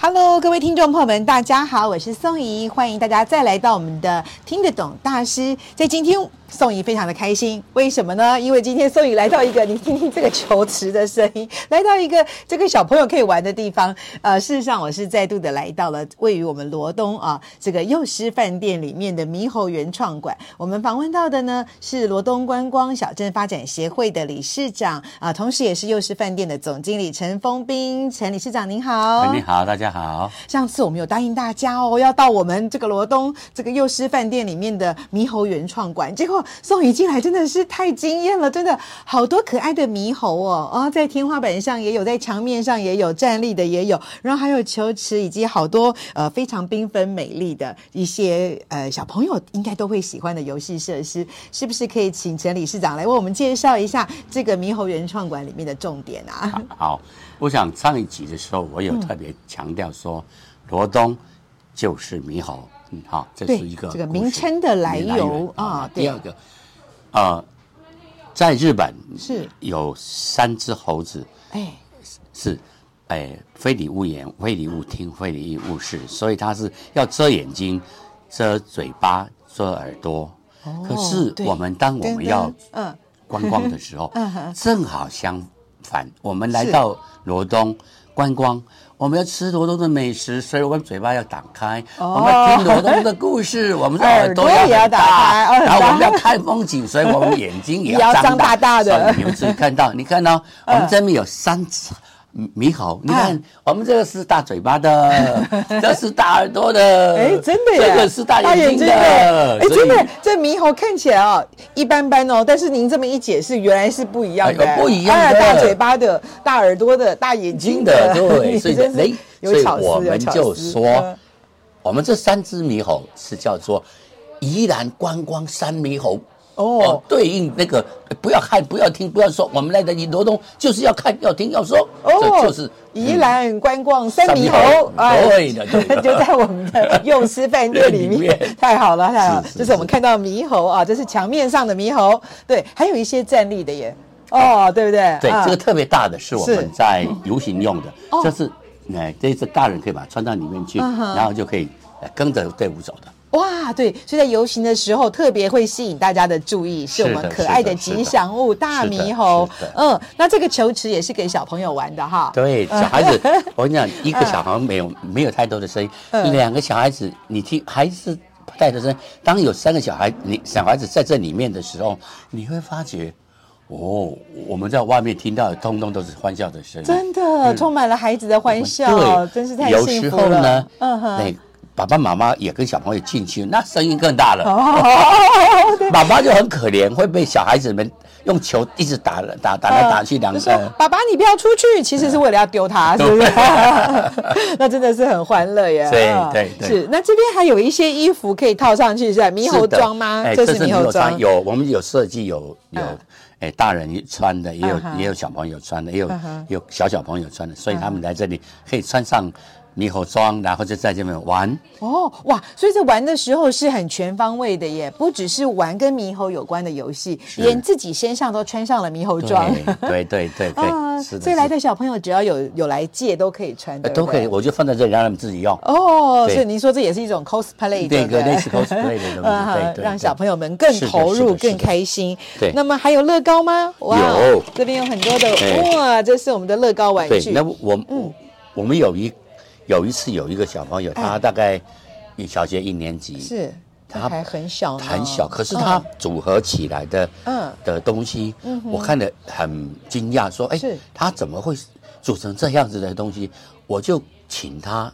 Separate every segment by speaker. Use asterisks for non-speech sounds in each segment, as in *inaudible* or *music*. Speaker 1: Hello，各位听众朋友们，大家好，我是宋怡，欢迎大家再来到我们的听得懂大师。在今天，宋怡非常的开心，为什么呢？因为今天宋怡来到一个，你听听这个球池的声音，来到一个这个小朋友可以玩的地方。呃，事实上，我是再度的来到了位于我们罗东啊这个幼师饭店里面的猕猴原创馆。我们访问到的呢是罗东观光小镇发展协会的理事长啊、同时也是幼师饭店的总经理陈峰斌。陈理事长您好，
Speaker 2: 哎你好，大家好。
Speaker 1: 上次我们有答应大家哦，要到我们这个罗东这个幼师饭店里面的猕猴原创馆，结果宋怡进来真的是太惊艳了，真的好多可爱的猕猴哦，哦，在天花板上也有，在墙面上也有，站立的也有，然后还有球池，以及好多呃非常缤纷美丽的一些呃小朋友应该都会喜欢的游戏设施，是不是可以请陈理事长来为我们介绍一下这个猕猴原创馆里面的重点啊？
Speaker 2: 好，我想上一集的时候，我有特别强调说，罗东就是猕猴，嗯，好，这
Speaker 1: 对
Speaker 2: 是一个
Speaker 1: 这个
Speaker 2: 故事
Speaker 1: 名称的来
Speaker 2: 来源
Speaker 1: 由啊对
Speaker 2: 第二个，呃，在日本
Speaker 1: 是
Speaker 2: 有三只猴子
Speaker 1: 哎，
Speaker 2: 是，哎、非礼勿言，非礼勿听，非礼勿视，所以它是要遮眼睛、遮嘴巴、遮耳朵。可是
Speaker 1: 哦对
Speaker 2: 我们当我们要
Speaker 1: 噔噔嗯。
Speaker 2: 观光的时候
Speaker 1: *laughs* 嗯哼，
Speaker 2: 正好相反，我们来
Speaker 1: 是
Speaker 2: 到罗东观光，我们要吃罗东的美食，所以我们嘴巴要打开，
Speaker 1: 哦
Speaker 2: 我们要听罗东的
Speaker 1: *laughs*
Speaker 2: 故事，我们的
Speaker 1: 耳
Speaker 2: 耳朵
Speaker 1: 朵也要
Speaker 2: 很
Speaker 1: 打开
Speaker 2: 大
Speaker 1: 耳朵
Speaker 2: 然后我们
Speaker 1: *laughs*
Speaker 2: 要看风景，所以我们眼睛也
Speaker 1: 也要
Speaker 2: 要张
Speaker 1: 张大大的
Speaker 2: 所以你们自己看到，你看到
Speaker 1: 嗯
Speaker 2: 我们这边有三只。猕猴，你看，我们这个是大嘴巴
Speaker 1: *laughs*
Speaker 2: 的，这是大耳朵的，
Speaker 1: 哎，真的耶！
Speaker 2: 这个是大眼睛的，
Speaker 1: 哎，
Speaker 2: 所以
Speaker 1: 真的，这猕猴看起来哦一般般哦，但是您这么一解释，原来是不一样的，
Speaker 2: 哎有不一样的
Speaker 1: 哎大嘴巴的，大耳朵的，大眼睛
Speaker 2: 金
Speaker 1: 的
Speaker 2: 的，，
Speaker 1: *laughs*
Speaker 2: 对，
Speaker 1: 你
Speaker 2: 所以
Speaker 1: 嗯真是
Speaker 2: 雷，所
Speaker 1: 有
Speaker 2: 以
Speaker 1: 巧思，
Speaker 2: 我
Speaker 1: 有
Speaker 2: 们
Speaker 1: 巧
Speaker 2: 就
Speaker 1: 思
Speaker 2: 说
Speaker 1: 嗯，
Speaker 2: 我们这三只猕猴是叫做宜兰观光三猕猴。
Speaker 1: 哦，
Speaker 2: 对应那个呃不要看，不要听，不要说，我们来的你罗东就是要看，要听，要说，
Speaker 1: 哦，
Speaker 2: 这就是嗯
Speaker 1: 宜兰观光三
Speaker 2: 三
Speaker 1: 猕
Speaker 2: 猕
Speaker 1: 猴
Speaker 2: 猴，
Speaker 1: 哎
Speaker 2: 对
Speaker 1: *laughs*
Speaker 2: 的对的
Speaker 1: 就在我们
Speaker 2: *laughs*
Speaker 1: 的幼师饭店里
Speaker 2: 里
Speaker 1: 面
Speaker 2: 面，
Speaker 1: *laughs* 太好了，太好了
Speaker 2: 是，是
Speaker 1: 这是我们看到的猕猴啊，这是墙面上的猕猴，对，还有一些站立的耶，哦，对不对？
Speaker 2: 对
Speaker 1: 啊，
Speaker 2: 这个特别大的是我
Speaker 1: 是
Speaker 2: 们在游行用的
Speaker 1: 哦，
Speaker 2: 这是哎，这是大人可以把它穿到里面去，
Speaker 1: 嗯哼
Speaker 2: 然后就可以呃跟着队伍走的。
Speaker 1: 哇，对，所以在游行的时候特别会吸引大家的注意，是我
Speaker 2: 是
Speaker 1: 们
Speaker 2: 的
Speaker 1: 可爱的
Speaker 2: 是的是的
Speaker 1: 吉祥物大
Speaker 2: 是的
Speaker 1: 猕猴
Speaker 2: 是的。
Speaker 1: 嗯，那这个球池也是给小朋友玩的哈。
Speaker 2: 对，小
Speaker 1: *laughs*
Speaker 2: 孩子，我跟你讲，一个小孩没有没有太多的声音，
Speaker 1: 嗯
Speaker 2: 两个小孩子，你听还是不太多声音。当有三个小孩，你小孩子在这里面的时候，你会发觉，哦，我们在外面听到的通通都是欢笑的声音，
Speaker 1: 真的充满了孩子的欢笑，
Speaker 2: 嗯对，
Speaker 1: 真是太
Speaker 2: 有
Speaker 1: 幸
Speaker 2: 时
Speaker 1: 福
Speaker 2: 候呢
Speaker 1: 了。，嗯
Speaker 2: 那
Speaker 1: 哼，
Speaker 2: 爸爸妈妈也跟小朋友进去，那声音更大了。
Speaker 1: 哦，对，
Speaker 2: 爸爸就很可怜，会被小孩子们用球一直打打打来打去，两
Speaker 1: 嗯就
Speaker 2: 个
Speaker 1: 说爸爸你不要出去，其实是为了要丢他，是不是？
Speaker 2: *laughs*
Speaker 1: 那真的是很欢乐耶。
Speaker 2: 对
Speaker 1: 嗯
Speaker 2: 对对
Speaker 1: 是。那这边还有一些衣服可以套上去，是吧？猕猴
Speaker 2: 是的
Speaker 1: 装吗？
Speaker 2: 哎，
Speaker 1: 这
Speaker 2: 这
Speaker 1: 是
Speaker 2: 是
Speaker 1: 猕
Speaker 2: 猕
Speaker 1: 猴
Speaker 2: 猴
Speaker 1: 装
Speaker 2: 装，。有我们有设计，有有
Speaker 1: 嗯，
Speaker 2: 哎，大人穿的，也有
Speaker 1: 嗯哼
Speaker 2: 也有小朋友穿的，也有
Speaker 1: 嗯哼
Speaker 2: 有小小朋友穿的，所以他们来这里可以穿上猕猴装，然后就在这边玩。
Speaker 1: 哦，哇！所以在玩的时候是很全方位的耶，不只是玩跟猕猴有关的游戏，连自己身上都穿上了猕猴装。 *laughs* 哦啊
Speaker 2: 对对对对对，是的，
Speaker 1: 所以来
Speaker 2: 是的
Speaker 1: 的小朋友只要有有来借都可以穿，
Speaker 2: 呃
Speaker 1: 对不
Speaker 2: 都可以，
Speaker 1: 对。
Speaker 2: 我就放在这里让他们自己用。
Speaker 1: 哦，
Speaker 2: 对
Speaker 1: 所以您说这也是一种 cosplay，对
Speaker 2: 那
Speaker 1: 不
Speaker 2: 个
Speaker 1: 对？
Speaker 2: 类似
Speaker 1: *laughs*
Speaker 2: cosplay 的东
Speaker 1: 嗯
Speaker 2: 西，
Speaker 1: 哼
Speaker 2: 对对，
Speaker 1: 让
Speaker 2: 对
Speaker 1: 小朋友们更
Speaker 2: 是的
Speaker 1: 投入、
Speaker 2: 是的是的
Speaker 1: 更开心。
Speaker 2: 对
Speaker 1: 那么还有乐高吗？
Speaker 2: 有
Speaker 1: 这边有很多的
Speaker 2: 哎
Speaker 1: 哇，这是我们的乐高玩
Speaker 2: 对，
Speaker 1: 具
Speaker 2: 那。我我我们有一有一次有一个小朋友，他大概一小学一年级，
Speaker 1: 哎是，它
Speaker 2: 它
Speaker 1: 还很小呢，
Speaker 2: 很小，可是它组合起来的，
Speaker 1: 嗯
Speaker 2: 嗯，的东西，我看了很惊讶，说，哎
Speaker 1: 是，
Speaker 2: 它怎么会组成这样子的东西？我就请他，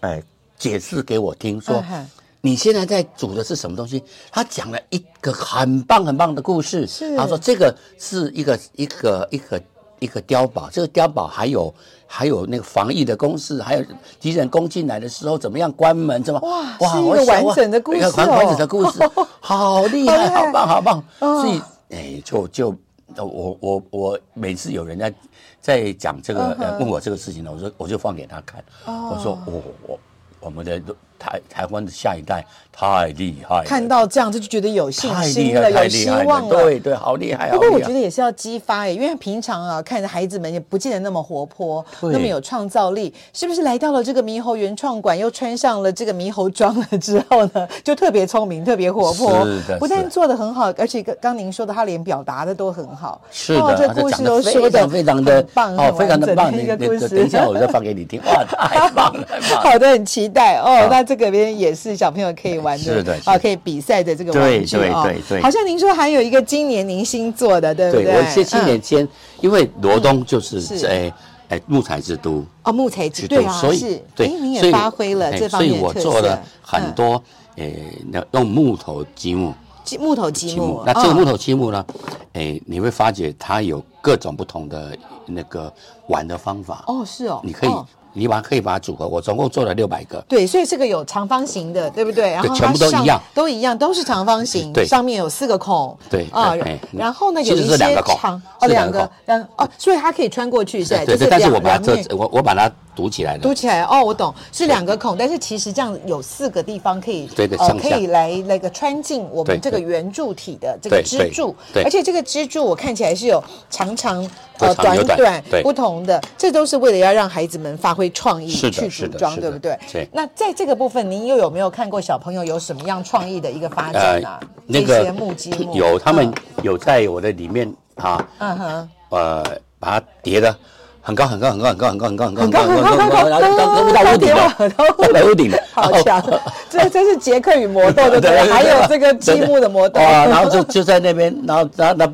Speaker 2: 哎，解释给我听，说
Speaker 1: 嗯哼
Speaker 2: 你现在在组的是什么东西？他讲了一个很棒很棒的故事
Speaker 1: 是，
Speaker 2: 他说这个是一个一个一个一个碉堡，这个碉堡还有还有那个防疫的公式，还有敌人攻进来的时候怎么样关门，怎么
Speaker 3: 哇是一个
Speaker 2: 我想
Speaker 3: 完整的故事哦
Speaker 2: 一个完完整的
Speaker 3: *laughs*
Speaker 2: 故事，好厉
Speaker 3: 好
Speaker 2: 害，
Speaker 3: 厉害
Speaker 2: 好棒，好棒！
Speaker 3: 嗯
Speaker 2: 所以哎，就就我我我每次有人在在讲这个、
Speaker 3: 嗯哼
Speaker 2: 呃问我这个事情呢，我说我就放给他看，
Speaker 3: 哦
Speaker 2: 我说我我我们的台台湾的下一代太厉害了，
Speaker 3: 看到这样子就觉得有信
Speaker 2: 太
Speaker 3: 心
Speaker 2: 厉害，
Speaker 3: 了，
Speaker 2: 太
Speaker 3: 有
Speaker 2: 厉
Speaker 3: 希
Speaker 2: 害了
Speaker 3: 望了。
Speaker 2: 对对，好厉害，好
Speaker 3: 不过我
Speaker 2: 厉
Speaker 3: 觉
Speaker 2: 害
Speaker 3: 得。也是要激发耶，因为平常啊看着孩子们也不见得那么活泼，
Speaker 2: 对
Speaker 3: 那么有创造力，是不是来到了这个猕猴原创馆，又穿上了这个猕猴装了之后呢， *laughs* 就特别聪明，特别活泼
Speaker 2: 是的，
Speaker 3: 不
Speaker 2: 是
Speaker 3: 但
Speaker 2: 的
Speaker 3: 做的很好，而且刚刚您说的，他连表达的都很好，
Speaker 2: 是的，
Speaker 3: 哦这
Speaker 2: 他
Speaker 3: 故
Speaker 2: 讲
Speaker 3: 事
Speaker 2: 得
Speaker 3: 都说的
Speaker 2: 非常非常的
Speaker 3: 棒，
Speaker 2: 哦，
Speaker 3: 很
Speaker 2: 非常的
Speaker 3: 完整
Speaker 2: 棒。
Speaker 3: 一个
Speaker 2: 你
Speaker 3: 故
Speaker 2: 你
Speaker 3: 事。
Speaker 2: 等一下，我再放给你听。哇，太棒了，太棒了！
Speaker 3: *laughs* 好的，很期待哦
Speaker 2: 好。
Speaker 3: 那这个边也是小朋友可以玩的，
Speaker 2: 是的是的
Speaker 3: 啊，可以比赛的这个玩具
Speaker 2: 对对
Speaker 3: 哦
Speaker 2: 对对
Speaker 3: 好像您说还有一个今年您新做的，对不
Speaker 2: 对
Speaker 3: 对？
Speaker 2: 我一些青
Speaker 3: 嗯
Speaker 2: 年间，因为罗东就是
Speaker 3: 是
Speaker 2: 在哎木材之都，
Speaker 3: 哦，木材之
Speaker 2: 之
Speaker 3: 对
Speaker 2: 都，
Speaker 3: 啊，
Speaker 2: 所
Speaker 3: 是
Speaker 2: 以对
Speaker 3: 哎，您，
Speaker 2: 所
Speaker 3: 也
Speaker 2: 以
Speaker 3: 发挥了
Speaker 2: 哎
Speaker 3: 这方
Speaker 2: 所以
Speaker 3: 面的
Speaker 2: 我
Speaker 3: 特色，
Speaker 2: 做了很
Speaker 3: 嗯
Speaker 2: 多诶，那用木头积木
Speaker 3: 积木头积
Speaker 2: 积
Speaker 3: 木
Speaker 2: 木，，那这个
Speaker 3: 嗯
Speaker 2: 木头积木呢，诶，你会发觉它有各种不同的那个玩的方法。
Speaker 3: 哦是哦，
Speaker 2: 你可以
Speaker 3: 哦，
Speaker 2: 你把它可以把它组合。我总共做了六百个。
Speaker 3: 对，所以这个有长方形的，对不对？然后
Speaker 2: 全
Speaker 3: 它
Speaker 2: 部都一
Speaker 3: 上
Speaker 2: 样，
Speaker 3: 都一样，都是长方形，
Speaker 2: 对
Speaker 3: 上面有四个孔，
Speaker 2: 对
Speaker 3: 啊
Speaker 2: 对哎，
Speaker 3: 然后呢
Speaker 2: 其
Speaker 3: 有
Speaker 2: 实
Speaker 3: 一
Speaker 2: 是两
Speaker 3: 些
Speaker 2: 个孔
Speaker 3: 长哦，
Speaker 2: 是两
Speaker 3: 两
Speaker 2: 个
Speaker 3: 个，两哦，所以它可以穿过去，是吧
Speaker 2: 对
Speaker 3: 就
Speaker 2: 对，
Speaker 3: 是
Speaker 2: 但是我
Speaker 3: 两
Speaker 2: 把它
Speaker 3: 两面
Speaker 2: 这我我把它堵起来了
Speaker 3: 读。起来哦，我懂，是两个孔，但是其实这样子有四个地方可以呃
Speaker 2: 对对上
Speaker 3: 可
Speaker 2: 下
Speaker 3: 以来来个穿进我
Speaker 2: 对
Speaker 3: 们
Speaker 2: 对
Speaker 3: 这个圆柱体的这个
Speaker 2: 对
Speaker 3: 支
Speaker 2: 对
Speaker 3: 柱，
Speaker 2: 对
Speaker 3: 而且这个支柱我看起来是有长长
Speaker 2: 有长
Speaker 3: 短
Speaker 2: 有短
Speaker 3: 短
Speaker 2: 对
Speaker 3: 不同的，这都是为了要让孩子们发挥创意
Speaker 2: 是的
Speaker 3: 去组
Speaker 2: 是的
Speaker 3: 装，
Speaker 2: 是
Speaker 3: 对
Speaker 2: 的
Speaker 3: 不对？
Speaker 2: 对
Speaker 3: 那在这个部分，您又有没有看过小朋友有什么样创意的一个发展啊？
Speaker 2: 呃那
Speaker 3: 这
Speaker 2: 个
Speaker 3: 些木积木
Speaker 2: 有他们
Speaker 3: 嗯
Speaker 2: 有在我的里面啊，
Speaker 3: 嗯哼，
Speaker 2: 呃，把它叠的很高很高很高很高很高很高
Speaker 3: 很高很高很高，
Speaker 2: 然后到到屋顶的，
Speaker 3: 啊
Speaker 2: 到屋顶啊的，
Speaker 3: 好
Speaker 2: *laughs*
Speaker 3: 强！啊
Speaker 2: 哦
Speaker 3: 这这是杰克与魔豆的，对不对？还有这个积木的魔豆，
Speaker 2: 哇，然后就就在那边，然后然后那。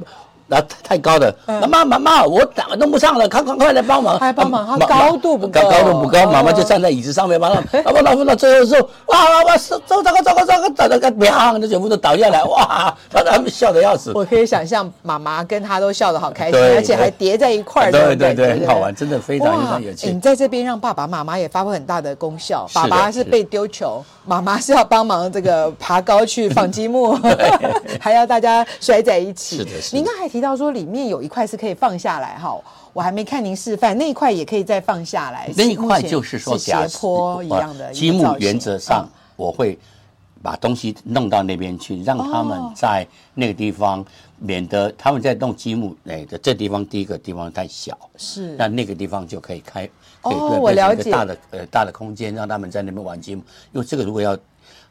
Speaker 2: 然后太高的，妈妈妈妈，我打弄不上了，快快快来帮忙！高度不高，妈妈就站在椅子上面，妈妈，然后老夫到最后说，哇哇哇，走走走走走走，那个砰，那全部都倒下来，哇，把他们笑得要 *laughs* 死。
Speaker 3: 我可以想象妈妈跟他都笑得好开心，
Speaker 2: 对
Speaker 3: 而且还叠在一块儿，
Speaker 2: 对
Speaker 3: 这种感觉
Speaker 2: 对对很好玩真的非常非常有趣
Speaker 3: 哇诶你在这边让爸爸妈妈也发挥很大的功效，
Speaker 2: 是
Speaker 3: 爸
Speaker 2: 的
Speaker 3: 爸是
Speaker 2: 是的
Speaker 3: 被丢球，妈妈是要帮忙这个爬高去放积木， *laughs* 还要大家摔在一起。
Speaker 2: 是的是的
Speaker 3: 您刚才提到说里面有一块是可以放下来哈。我还没看您示范，那一块也可以再放下来。
Speaker 2: 那一
Speaker 3: 目
Speaker 2: 块
Speaker 3: 前
Speaker 2: 就是说
Speaker 3: 斜
Speaker 2: 假设，
Speaker 3: 坡一
Speaker 2: 呃
Speaker 3: 样的一个
Speaker 2: 积
Speaker 3: 造
Speaker 2: 木
Speaker 3: 型
Speaker 2: 原则上
Speaker 3: 嗯
Speaker 2: 我会把东西弄到那边去，让他们在那个地方，免得他们在弄积木，哎，这这地方第一个地方太小，
Speaker 3: 是
Speaker 2: 那那个地方就可以开，可
Speaker 3: 哦
Speaker 2: 以变
Speaker 3: 我了
Speaker 2: 变成
Speaker 3: 解
Speaker 2: 一个大的呃大的空间，让他们在那边玩积木，因为这个如果要。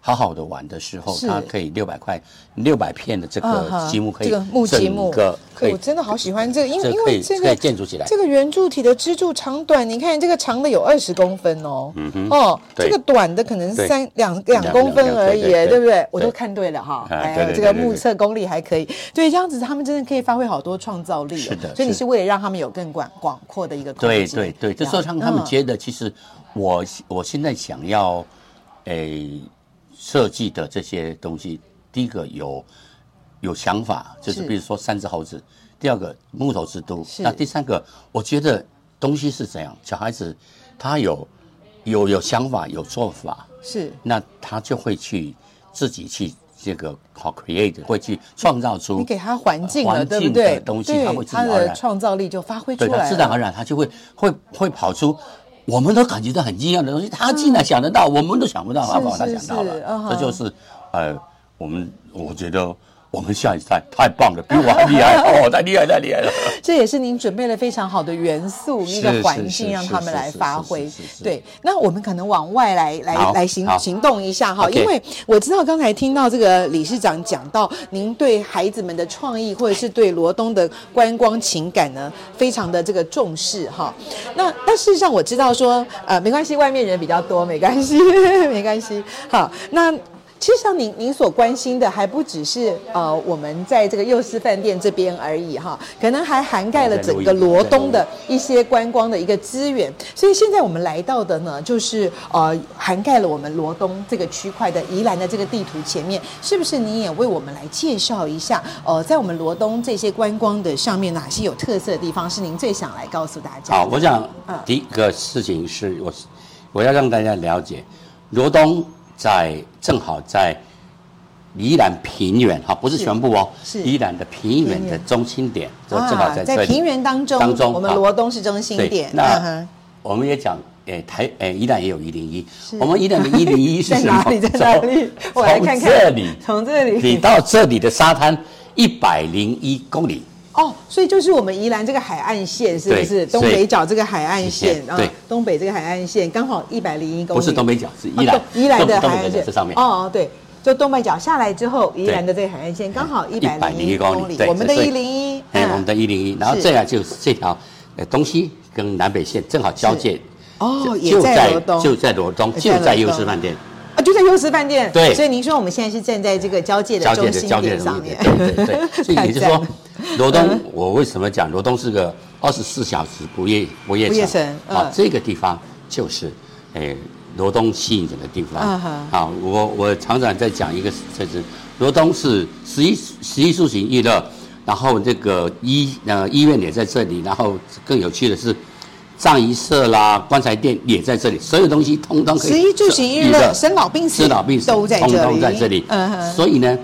Speaker 2: 好好的玩的时候，
Speaker 3: 是
Speaker 2: 它可以六百块、六百片的这
Speaker 3: 啊
Speaker 2: 个
Speaker 3: 哈
Speaker 2: 积木可以
Speaker 3: 这个木积木
Speaker 2: 整
Speaker 3: 哎
Speaker 2: 个可以
Speaker 3: 我真的好喜欢这个，因为
Speaker 2: 这
Speaker 3: 因
Speaker 2: 可
Speaker 3: 为
Speaker 2: 以
Speaker 3: 这
Speaker 2: 可
Speaker 3: 个
Speaker 2: 以建筑起来
Speaker 3: 这个圆柱体的支柱长短，你看这个长的有二十公分哦，哦，
Speaker 2: 嗯对
Speaker 3: 这个短的可能
Speaker 2: 对
Speaker 3: 三两两
Speaker 2: 两
Speaker 3: 公分
Speaker 2: 两
Speaker 3: 而已，
Speaker 2: 对对对
Speaker 3: 对不对？我
Speaker 2: 对
Speaker 3: 都看对了哈，
Speaker 2: 啊
Speaker 3: 哎
Speaker 2: 对
Speaker 3: 呦，
Speaker 2: 对
Speaker 3: 这个
Speaker 2: 对对
Speaker 3: 目
Speaker 2: 对
Speaker 3: 测功力还可以，对，这样子他们真的可以发挥好多创造力哦。
Speaker 2: 是的
Speaker 3: 所以你
Speaker 2: 是
Speaker 3: 是为了让他们有更广广阔的一个空
Speaker 2: 对
Speaker 3: 间，
Speaker 2: 对对，
Speaker 3: 这
Speaker 2: 这
Speaker 3: 样
Speaker 2: 时候让他们
Speaker 3: 嗯
Speaker 2: 觉得，其实我我现在想要，诶、设计的这些东西，第一个有有想法，就是
Speaker 3: 是
Speaker 2: 比如说三只猴子；第二个木头之都；
Speaker 3: 是
Speaker 2: 那第三个，我觉得东西是怎样，小孩子他有有有想法，有做法，
Speaker 3: 是
Speaker 2: 那他就会去自己去这个好 create，会去创造出
Speaker 3: 你给他环境了，
Speaker 2: 环
Speaker 3: 对不
Speaker 2: 境
Speaker 3: 对
Speaker 2: 的？东西，他会
Speaker 3: 对，
Speaker 2: 自然
Speaker 3: 他
Speaker 2: 而
Speaker 3: 的
Speaker 2: 然。
Speaker 3: 创造力就发挥出
Speaker 2: 对，
Speaker 3: 来
Speaker 2: 他
Speaker 3: 了，
Speaker 2: 自然而然他就会会会跑出。我们都感觉到很惊讶的东西，他竟然想得到，我们都想不到，
Speaker 3: 嗯是
Speaker 2: 他把他
Speaker 3: 是
Speaker 2: 想到
Speaker 3: 是嗯
Speaker 2: 了，
Speaker 3: 哼
Speaker 2: 这就是呃，我们我觉得我们下一代太棒了，比我还厉
Speaker 3: *laughs*
Speaker 2: 害哦，太厉害太厉害了。
Speaker 3: 这也是您准备了非常好的元素，
Speaker 2: 是
Speaker 3: 一个环
Speaker 2: 是
Speaker 3: 境
Speaker 2: 是
Speaker 3: 让
Speaker 2: 是
Speaker 3: 他们
Speaker 2: 是
Speaker 3: 来
Speaker 2: 是
Speaker 3: 发
Speaker 2: 是
Speaker 3: 挥
Speaker 2: 是是。是
Speaker 3: 对，那我们可能往外来来
Speaker 2: 好
Speaker 3: 来行
Speaker 2: 好
Speaker 3: 行动一下哈，
Speaker 2: OK
Speaker 3: 因为我知道刚才听到这个理事长讲到，您对孩子们的创意或者是对罗东的观光情感呢，非常的这个重视哈。那但事实上 *laughs* 我知道说，呃，没关系，外面人比较多，没关系，没关系。好，那。其实像您您所关心的，还不只是呃我们在这个幼师饭店这边而已哈，可能还涵盖了整个罗东的呃一些观光的一个资源。所以现在我们来到的呢，就是呃涵盖了我们罗东这个区块的宜兰的这个地图前面，是不是您也为我们来介绍一下？呃，在我们罗东这些观光的上面，哪些有特色的地方是您最想来告诉大家？
Speaker 2: 好，我想
Speaker 3: 嗯
Speaker 2: 第一个事情是我我要让大家了解罗东。在正好在宜兰平原哈，不是全部哦，
Speaker 3: 是啊
Speaker 2: 宜兰的平原的中心点，就正好在这里。
Speaker 3: 在平原当中，
Speaker 2: 当中
Speaker 3: 我们罗东是中心点。
Speaker 2: 对那我们也讲，诶，台诶，宜兰也有一零一，我们宜兰的一零一是
Speaker 3: 在
Speaker 2: 什
Speaker 3: 哪
Speaker 2: 么？
Speaker 3: 里？ *laughs* 在哪里？我来看
Speaker 2: 从
Speaker 3: 看。
Speaker 2: 这里，
Speaker 3: 从这 *laughs*
Speaker 2: 你
Speaker 3: 里。
Speaker 2: 到这里的沙滩一百零一公里，
Speaker 3: 哦，所以就是我们宜兰这个海岸线，是不
Speaker 2: 对
Speaker 3: 是东北角这个海岸线
Speaker 2: 对对
Speaker 3: 东北这个海岸线刚好一百零一公里。
Speaker 2: 不是东北角，是
Speaker 3: 哦
Speaker 2: 宜兰，
Speaker 3: 对宜兰的
Speaker 2: 东东北
Speaker 3: 海岸
Speaker 2: 角
Speaker 3: 线
Speaker 2: 这上面。
Speaker 3: 哦哦，对，就东北角下来之后，宜兰的这个海岸线刚好一百零一公里，
Speaker 2: 对
Speaker 3: 我们的
Speaker 2: 所以
Speaker 3: 一零一，
Speaker 2: 哎，
Speaker 3: 嗯
Speaker 2: 我们的一零一，然后
Speaker 3: 是
Speaker 2: 这样就是这条呃东西跟南北线正好交界，
Speaker 3: 哦
Speaker 2: 就
Speaker 3: 也
Speaker 2: 就
Speaker 3: 在
Speaker 2: 在
Speaker 3: 罗东
Speaker 2: 就在罗东，
Speaker 3: 也
Speaker 2: 就
Speaker 3: 在
Speaker 2: 在
Speaker 3: 罗
Speaker 2: 优
Speaker 3: 东
Speaker 2: 势饭店
Speaker 3: 啊，就在优石饭店。
Speaker 2: 对
Speaker 3: 所以您说我们现在是站在这个交界的
Speaker 2: 交界
Speaker 3: 中
Speaker 2: 的
Speaker 3: 心
Speaker 2: 交界
Speaker 3: 点
Speaker 2: 的
Speaker 3: 上
Speaker 2: 路
Speaker 3: 面
Speaker 2: 点，。对对
Speaker 3: *laughs*
Speaker 2: 对，所以也就是
Speaker 3: 太赞
Speaker 2: 说
Speaker 3: 了，
Speaker 2: 罗
Speaker 3: 嗯
Speaker 2: 东我为什么讲罗东是个二十四小时不夜不夜
Speaker 3: 不夜城嗯
Speaker 2: 啊，这个地方就是哎罗东吸引人的地方
Speaker 3: 嗯哼
Speaker 2: 啊，我我常常在讲一个，就是罗东是十一十一出行娱乐，然后这个医呃医院也在这里，然后更有趣的是。葬仪社啦，棺材店也在这里，所有东西通通可以。
Speaker 3: 食衣住行娱乐生老病死
Speaker 2: 生老病死
Speaker 3: 都在这里
Speaker 2: 通通在这里。
Speaker 3: 嗯哼
Speaker 2: 所以呢，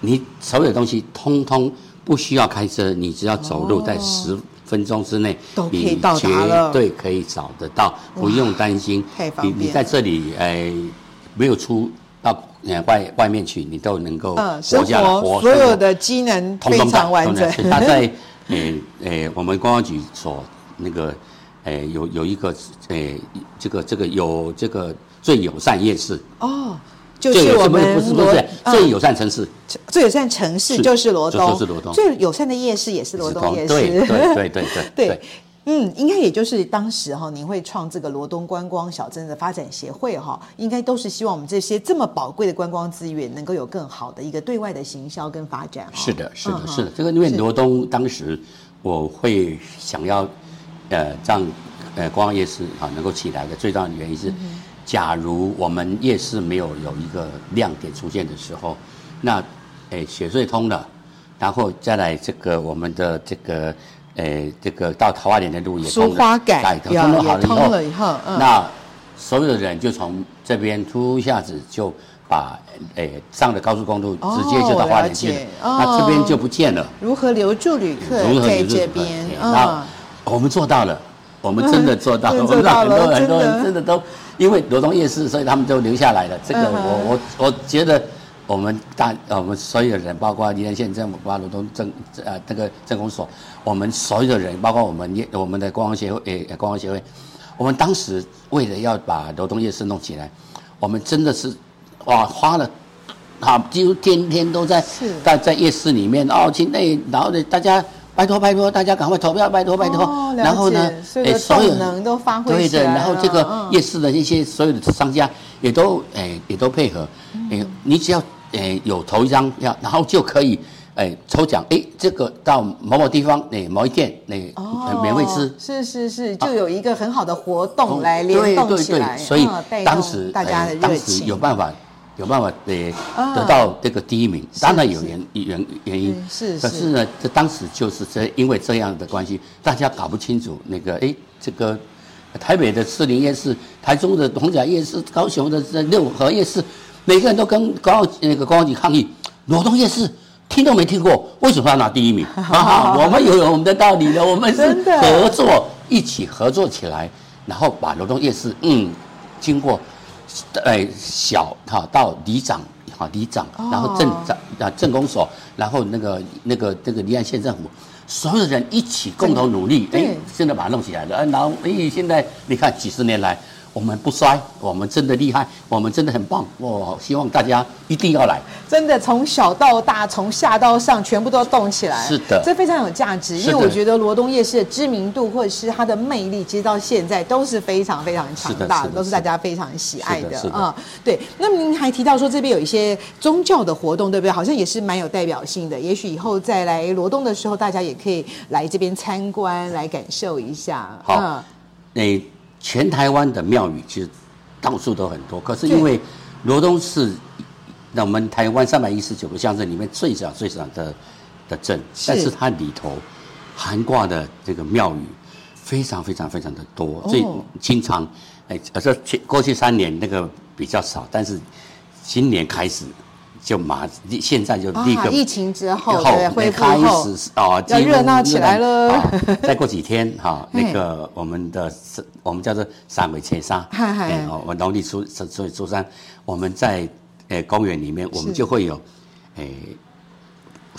Speaker 2: 你所有的东西通通不需要开车，你只要走路，在十分钟之内，
Speaker 3: 都可以
Speaker 2: 你
Speaker 3: 到达了
Speaker 2: 绝对可以找得到，不用担心。
Speaker 3: 太方
Speaker 2: 你
Speaker 3: 便
Speaker 2: 你在这里，哎、没有出到呃外外面去，你都能够
Speaker 3: 嗯，
Speaker 2: 活
Speaker 3: 生
Speaker 2: 下来，
Speaker 3: 活
Speaker 2: 活
Speaker 3: 所有
Speaker 2: 生活
Speaker 3: 的机能
Speaker 2: 通
Speaker 3: 非
Speaker 2: 通
Speaker 3: 常完整。 *laughs*
Speaker 2: 他在诶诶，呃我们观光局所那个诶有有一个诶这个这个有这个最友善夜市，
Speaker 3: 哦，就
Speaker 2: 最
Speaker 3: 是
Speaker 2: 友
Speaker 3: 我
Speaker 2: 善不
Speaker 3: 们
Speaker 2: 是不是不
Speaker 3: 罗
Speaker 2: 是
Speaker 3: 嗯
Speaker 2: 最友善城市，
Speaker 3: 最友善城市
Speaker 2: 是
Speaker 3: 就是罗东，
Speaker 2: 就是罗东
Speaker 3: 最友善的夜市也是罗东夜市。
Speaker 2: 对对对对
Speaker 3: *laughs*
Speaker 2: 对
Speaker 3: 对嗯，应该也就是当时哈、您会创这个罗东观光小镇的发展协会哈、应该都是希望我们这些这么宝贵的观光资源能够有更好的一个对外的行销跟发展、哈
Speaker 2: 是的，是
Speaker 3: 嗯
Speaker 2: 的，
Speaker 3: 哼
Speaker 2: 是的。这个因为
Speaker 3: 是
Speaker 2: 罗东当时我会想要，呃，让呃观光夜市啊能够起来的最重要的原因
Speaker 3: 嗯
Speaker 2: 是，假如我们夜市没有有一个亮点出现的时候，那诶雪隧通了，然后再来这个我们的这个诶这个到桃花源的路也通
Speaker 3: 苏
Speaker 2: 了
Speaker 3: 花改
Speaker 2: 哎通
Speaker 3: 呀
Speaker 2: 了
Speaker 3: 也
Speaker 2: 好了以
Speaker 3: 通
Speaker 2: 后，
Speaker 3: 了以后嗯
Speaker 2: 那所有的人就从这边突一下子就把诶、上了高速公路，
Speaker 3: 哦
Speaker 2: 直接就到花莲去了
Speaker 3: 了解，哦
Speaker 2: 那这边就不见了。
Speaker 3: 如何留住旅客
Speaker 2: 如何
Speaker 3: 在
Speaker 2: 你就
Speaker 3: 这
Speaker 2: 怎么
Speaker 3: 边
Speaker 2: 对那？
Speaker 3: 啊
Speaker 2: 呃哦我们做到了，我们真的做到了，
Speaker 3: 嗯真
Speaker 2: 我们
Speaker 3: 的做到
Speaker 2: 让很多
Speaker 3: 了
Speaker 2: 很多
Speaker 3: 真的
Speaker 2: 人真的都因为罗东夜市，所以他们都留下来了。这个
Speaker 3: 嗯哼
Speaker 2: 我我我觉得。我们大呃我们所有人，包括宜兰县政府，包括罗东政呃那个政工所，我们所有的人，包括我们业我们的观光协会，诶、呃观光协会，我们当时为了要把罗东夜市弄起来，我们真的是哇花了啊，几乎天天都在
Speaker 3: 是
Speaker 2: 在在夜市里面哦，去那然后呢，大家拜托拜托，大家赶快投票，拜托拜托。
Speaker 3: 哦了解
Speaker 2: 然后呢，
Speaker 3: 所有的
Speaker 2: 哎所有
Speaker 3: 动能都发挥
Speaker 2: 对
Speaker 3: 起
Speaker 2: 的，
Speaker 3: 来
Speaker 2: 然后这
Speaker 3: 了
Speaker 2: 个
Speaker 3: 嗯
Speaker 2: 夜市的一些所有的商家也都哎也都配合，
Speaker 3: 嗯
Speaker 2: 哎，你只要哎有投一张票，然后就可以。哎，抽奖哎，这个到某某地方，哎，某一店，哎，
Speaker 3: 哦
Speaker 2: 免费吃，
Speaker 3: 是是是，就有一个很好的活动来联
Speaker 2: 对
Speaker 3: 动
Speaker 2: 啊哦对
Speaker 3: 起
Speaker 2: 对
Speaker 3: 来，
Speaker 2: 所以
Speaker 3: 啊带动
Speaker 2: 当时
Speaker 3: 大家的
Speaker 2: 呃
Speaker 3: 热
Speaker 2: 当时
Speaker 3: 情
Speaker 2: 有办法，有办法得
Speaker 3: 啊
Speaker 2: 得到这个第一名，当然有原原原因
Speaker 3: 嗯，是
Speaker 2: 可
Speaker 3: 是
Speaker 2: 是呢，这当时就是这因为这样的关系，大家搞不清楚那个哎这个。台北的士林夜市、台中的红甲夜市、高雄的这六合夜市，每个人都跟高那个高级抗议，罗东夜市听都没听过，为什么要拿第一
Speaker 3: *laughs*
Speaker 2: 名？哈哈，我们有我们的道理的，我们是
Speaker 3: 真的
Speaker 2: 合合作，一起合作起来，然后把罗东夜市，嗯，经过，哎、小哈到里长哈里长，然后镇长啊镇公所，然后那个那个那个离岸县政府，所有的人一起共同努力，
Speaker 3: 对
Speaker 2: 哎，现在把它弄起来了，哎，然后哎，现在你看几十年来，我们不衰，我们真的厉害，我们真的很棒。我希望大家一定要来。
Speaker 3: 真的从小到大，从下到上，全部都动起来。
Speaker 2: 是的
Speaker 3: 这非常有价值，因
Speaker 2: 是
Speaker 3: 为
Speaker 2: 的
Speaker 3: 我觉得罗东夜市的知名度或者是它的魅力，其实到现在都是非常非常强
Speaker 2: 是的是
Speaker 3: 大
Speaker 2: 的
Speaker 3: 都是大家非常喜爱的
Speaker 2: 是的是的
Speaker 3: 嗯。对，那么您还提到说这边有一些宗教的活动，对不对？好像也是蛮有代表性的。也许以后再来罗东的时候，大家也可以来这边参观，来感受一下。嗯
Speaker 2: 好诶、全台湾的庙宇其实到处都很多，可是因为罗东是那我们台湾三百一十九个乡镇里面最小最小的的镇，
Speaker 3: 是
Speaker 2: 但是它里头涵挂的这个庙宇非常非常非常的多，
Speaker 3: 哦
Speaker 2: 所以经常哎，呃这去过去三年那个比较少，但是今年开始就马现在就
Speaker 3: 啊
Speaker 2: 立刻、
Speaker 3: 疫情之后
Speaker 2: 以后
Speaker 3: 对恢复
Speaker 2: 开
Speaker 3: 后
Speaker 2: 始啊，
Speaker 3: 要
Speaker 2: 进入
Speaker 3: 热闹起来了
Speaker 2: 好
Speaker 3: *laughs*
Speaker 2: 再过几天哈，
Speaker 3: 嘿
Speaker 2: 那个我们的我们叫做三尾切沙，
Speaker 3: 嗨嗨
Speaker 2: 哎哦我农历初初初初三，我们在呃公园里面，我们就会有，哎，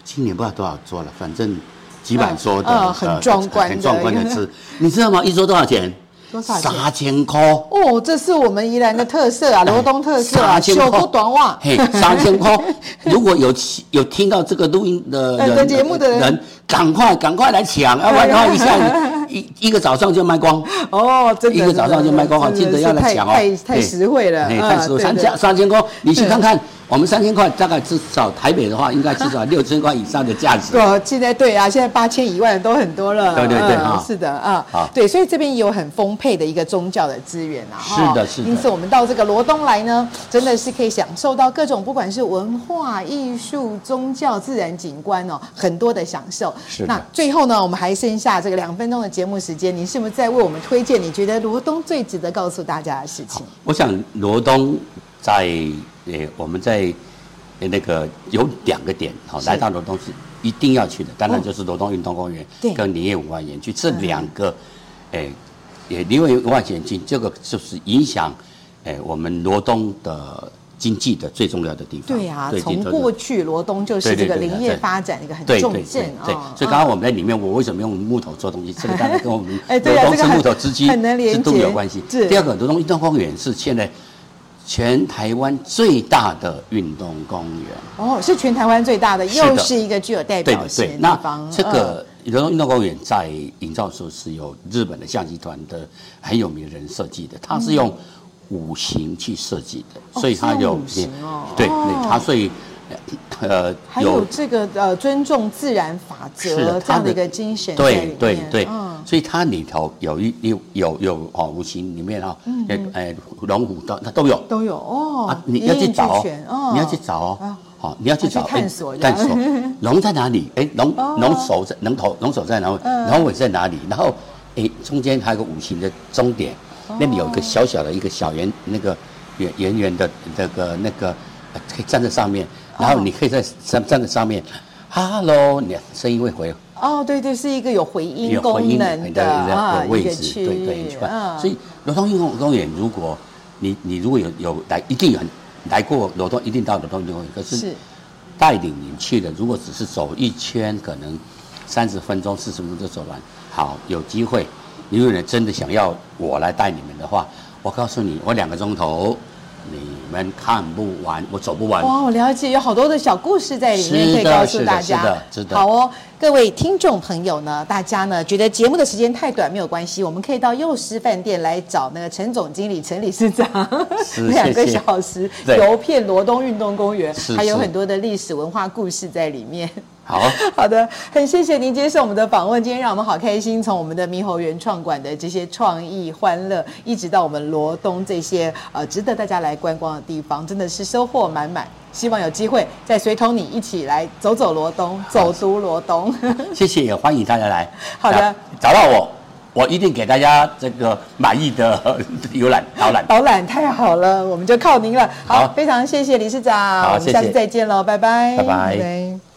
Speaker 2: 今年不知道多少桌了，反正几百桌的，
Speaker 3: 嗯嗯很
Speaker 2: 呃
Speaker 3: 壮观的
Speaker 2: 很壮
Speaker 3: *laughs*
Speaker 2: 观的吃，你知道吗？一桌多少钱？
Speaker 3: 多少钱
Speaker 2: 三千块。
Speaker 3: 哦，这是我们宜兰的特色啊，罗东特色啊，
Speaker 2: 三千块
Speaker 3: 九不短袜。
Speaker 2: 哎嘿，三千
Speaker 3: *laughs*
Speaker 2: 块。如果有起有听到这个录音的
Speaker 3: 呃
Speaker 2: 人
Speaker 3: 的节目的人哎
Speaker 2: 赶快赶快来抢，要不然的话一下
Speaker 3: *laughs*
Speaker 2: 子一一个早上就卖光，
Speaker 3: 哦，真的，
Speaker 2: 一个早上就卖光哦，记
Speaker 3: 真的
Speaker 2: 得要来抢哦，
Speaker 3: 是太太太
Speaker 2: 嘿
Speaker 3: 实惠了，
Speaker 2: 嘿
Speaker 3: 嗯
Speaker 2: 太实惠，
Speaker 3: 对
Speaker 2: 三
Speaker 3: 对
Speaker 2: 千三千块，你
Speaker 3: *laughs*
Speaker 2: 去看看，我们三千块大概至少台北的话，应该至
Speaker 3: *laughs*
Speaker 2: 少六千块以上的价值。
Speaker 3: 对，现在对啊，现在八千一万都很多了。
Speaker 2: 对对对
Speaker 3: 嗯
Speaker 2: 啊
Speaker 3: 是的啊
Speaker 2: 啊，
Speaker 3: 对，所以这边也有很丰沛的一个宗教的资源啊。
Speaker 2: 是
Speaker 3: 哈
Speaker 2: 的是的
Speaker 3: 因此我们到这个罗东来呢，真的是可以享受到各种不管是文化、艺术、宗教、自然景观哦，很多的享受。
Speaker 2: 是的
Speaker 3: 那最后呢，我们还剩下这个两分钟的节目时间，你是不是在为我们推荐你觉得罗东最值得告诉大家的事情？
Speaker 2: 我想罗东在呃，我们在呃那个有两个点，好、
Speaker 3: 是
Speaker 2: 来到罗东是一定要去的，当然
Speaker 3: 哦
Speaker 2: 就是罗东运动公园
Speaker 3: 对嗯
Speaker 2: 跟林业文化园区这两个，诶、也林业文化园区这个就是影响诶、我们罗东的经济的最重要的地方。
Speaker 3: 对啊，
Speaker 2: 最
Speaker 3: 从
Speaker 2: 重要的
Speaker 3: 过去罗东就是
Speaker 2: 对
Speaker 3: 这
Speaker 2: 对
Speaker 3: 个
Speaker 2: 对
Speaker 3: 林
Speaker 2: 对
Speaker 3: 业
Speaker 2: 对
Speaker 3: 发展一个很
Speaker 2: 对
Speaker 3: 重
Speaker 2: 对
Speaker 3: 镇
Speaker 2: 对
Speaker 3: 啊。
Speaker 2: 对，所以刚刚我们在里面，我为什么用木头做东西？这个当然跟我们
Speaker 3: *laughs* 哎
Speaker 2: 罗
Speaker 3: 对啊
Speaker 2: 东
Speaker 3: 这
Speaker 2: 是
Speaker 3: 个很
Speaker 2: 木头之基
Speaker 3: 很能连
Speaker 2: 之都
Speaker 3: 结
Speaker 2: 有关系。
Speaker 3: 是
Speaker 2: 第二个，罗东运动公园是现在全台湾最大的运动公园。
Speaker 3: 哦，是全台湾最大的，
Speaker 2: 是的
Speaker 3: 又是一个具有代
Speaker 2: 对
Speaker 3: 表
Speaker 2: 的，
Speaker 3: 性
Speaker 2: 对
Speaker 3: 的。地
Speaker 2: 那
Speaker 3: 方。
Speaker 2: 这
Speaker 3: 嗯
Speaker 2: 个罗东运动公园在营造的时候是由日本的相机团的很有名的人设计的，它是用五行去设计
Speaker 3: 嗯哦
Speaker 2: 的，所以它有
Speaker 3: 是用五行哦
Speaker 2: 对，
Speaker 3: 哦
Speaker 2: 对它所以呃
Speaker 3: 还有这个呃尊重自然法
Speaker 2: 是
Speaker 3: 则
Speaker 2: 的
Speaker 3: 这样的一个
Speaker 2: 它的
Speaker 3: 精神在里
Speaker 2: 对
Speaker 3: 面，
Speaker 2: 对对
Speaker 3: 嗯，，
Speaker 2: 所以它里头有一有有有哦，五行里面啊，那个哎龙虎都它都有
Speaker 3: 都有哦
Speaker 2: 啊，，你要
Speaker 3: 一应
Speaker 2: 去
Speaker 3: 俱
Speaker 2: 找
Speaker 3: 全
Speaker 2: 哦，你要去找哦
Speaker 3: 啊，
Speaker 2: 好，你要去
Speaker 3: 要去
Speaker 2: 找哎
Speaker 3: 探索这样
Speaker 2: 探索龙在哪里？哎，龙龙首在龙头龙首在哪里？龙尾在哪里？然后哎，中间还有个五行的终点，那里有一个小小的一个小圆那个圆圆圆的那个那个呃可以站在上面，然后你可以在站站在上面，Hello，你声音会回。
Speaker 3: 哦，对对，是一个有回音
Speaker 2: 有回
Speaker 3: 功
Speaker 2: 音
Speaker 3: 能
Speaker 2: 的
Speaker 3: 啊，
Speaker 2: 位
Speaker 3: 一个
Speaker 2: 置，
Speaker 3: 区
Speaker 2: 对对，
Speaker 3: 域
Speaker 2: 一区块。
Speaker 3: 嗯
Speaker 2: 所以罗东运动公园，如果你你如果有有来，一定有来过罗东，一定到罗东运动公园。可
Speaker 3: 是
Speaker 2: 是带领您去的，如果只是走一圈，可能三十分钟、四十分钟就走完。好，有机会，如果你真的想要我来带你们的话，我告诉你，我两个钟头你们看不完，我走不完。
Speaker 3: 哇，我了解，有好多的小故事在里面
Speaker 2: 是
Speaker 3: 可以
Speaker 2: 的
Speaker 3: 告诉
Speaker 2: 是的
Speaker 3: 大
Speaker 2: 是
Speaker 3: 家
Speaker 2: 的。是的
Speaker 3: 好哦，各位听众朋友呢，大家呢觉得节目的时间太短没有关系，我们可以到幼师饭店来找那个陈总经理、陈理事长，
Speaker 2: *laughs* 是
Speaker 3: *laughs* 两个
Speaker 2: 谢谢
Speaker 3: 小时
Speaker 2: 对
Speaker 3: 游遍罗东运动公园，
Speaker 2: 是
Speaker 3: 还有
Speaker 2: 是
Speaker 3: 很多的历史文化故事在里面。
Speaker 2: 好，
Speaker 3: *laughs* 好的，很谢谢您接受我们的访问，今天让我们好开心，从我们的猕猴园创馆的这些创意、欢乐，一直到我们罗东这些呃值得大家来观光的地方，真的是收获满满。希望有机会再随同你一起来走走罗东，走读罗东。
Speaker 2: 谢谢，也欢迎大家来。
Speaker 3: *laughs* 好的
Speaker 2: 找，找到我，我一定给大家这个满意的 *laughs* 游览导览。
Speaker 3: 导览太好了，我们就靠您了。好，
Speaker 2: 好
Speaker 3: 非常谢谢理事长，
Speaker 2: 好
Speaker 3: 我们下
Speaker 2: 谢
Speaker 3: 次
Speaker 2: 谢
Speaker 3: 再见喽，拜拜，
Speaker 2: 拜拜
Speaker 3: 拜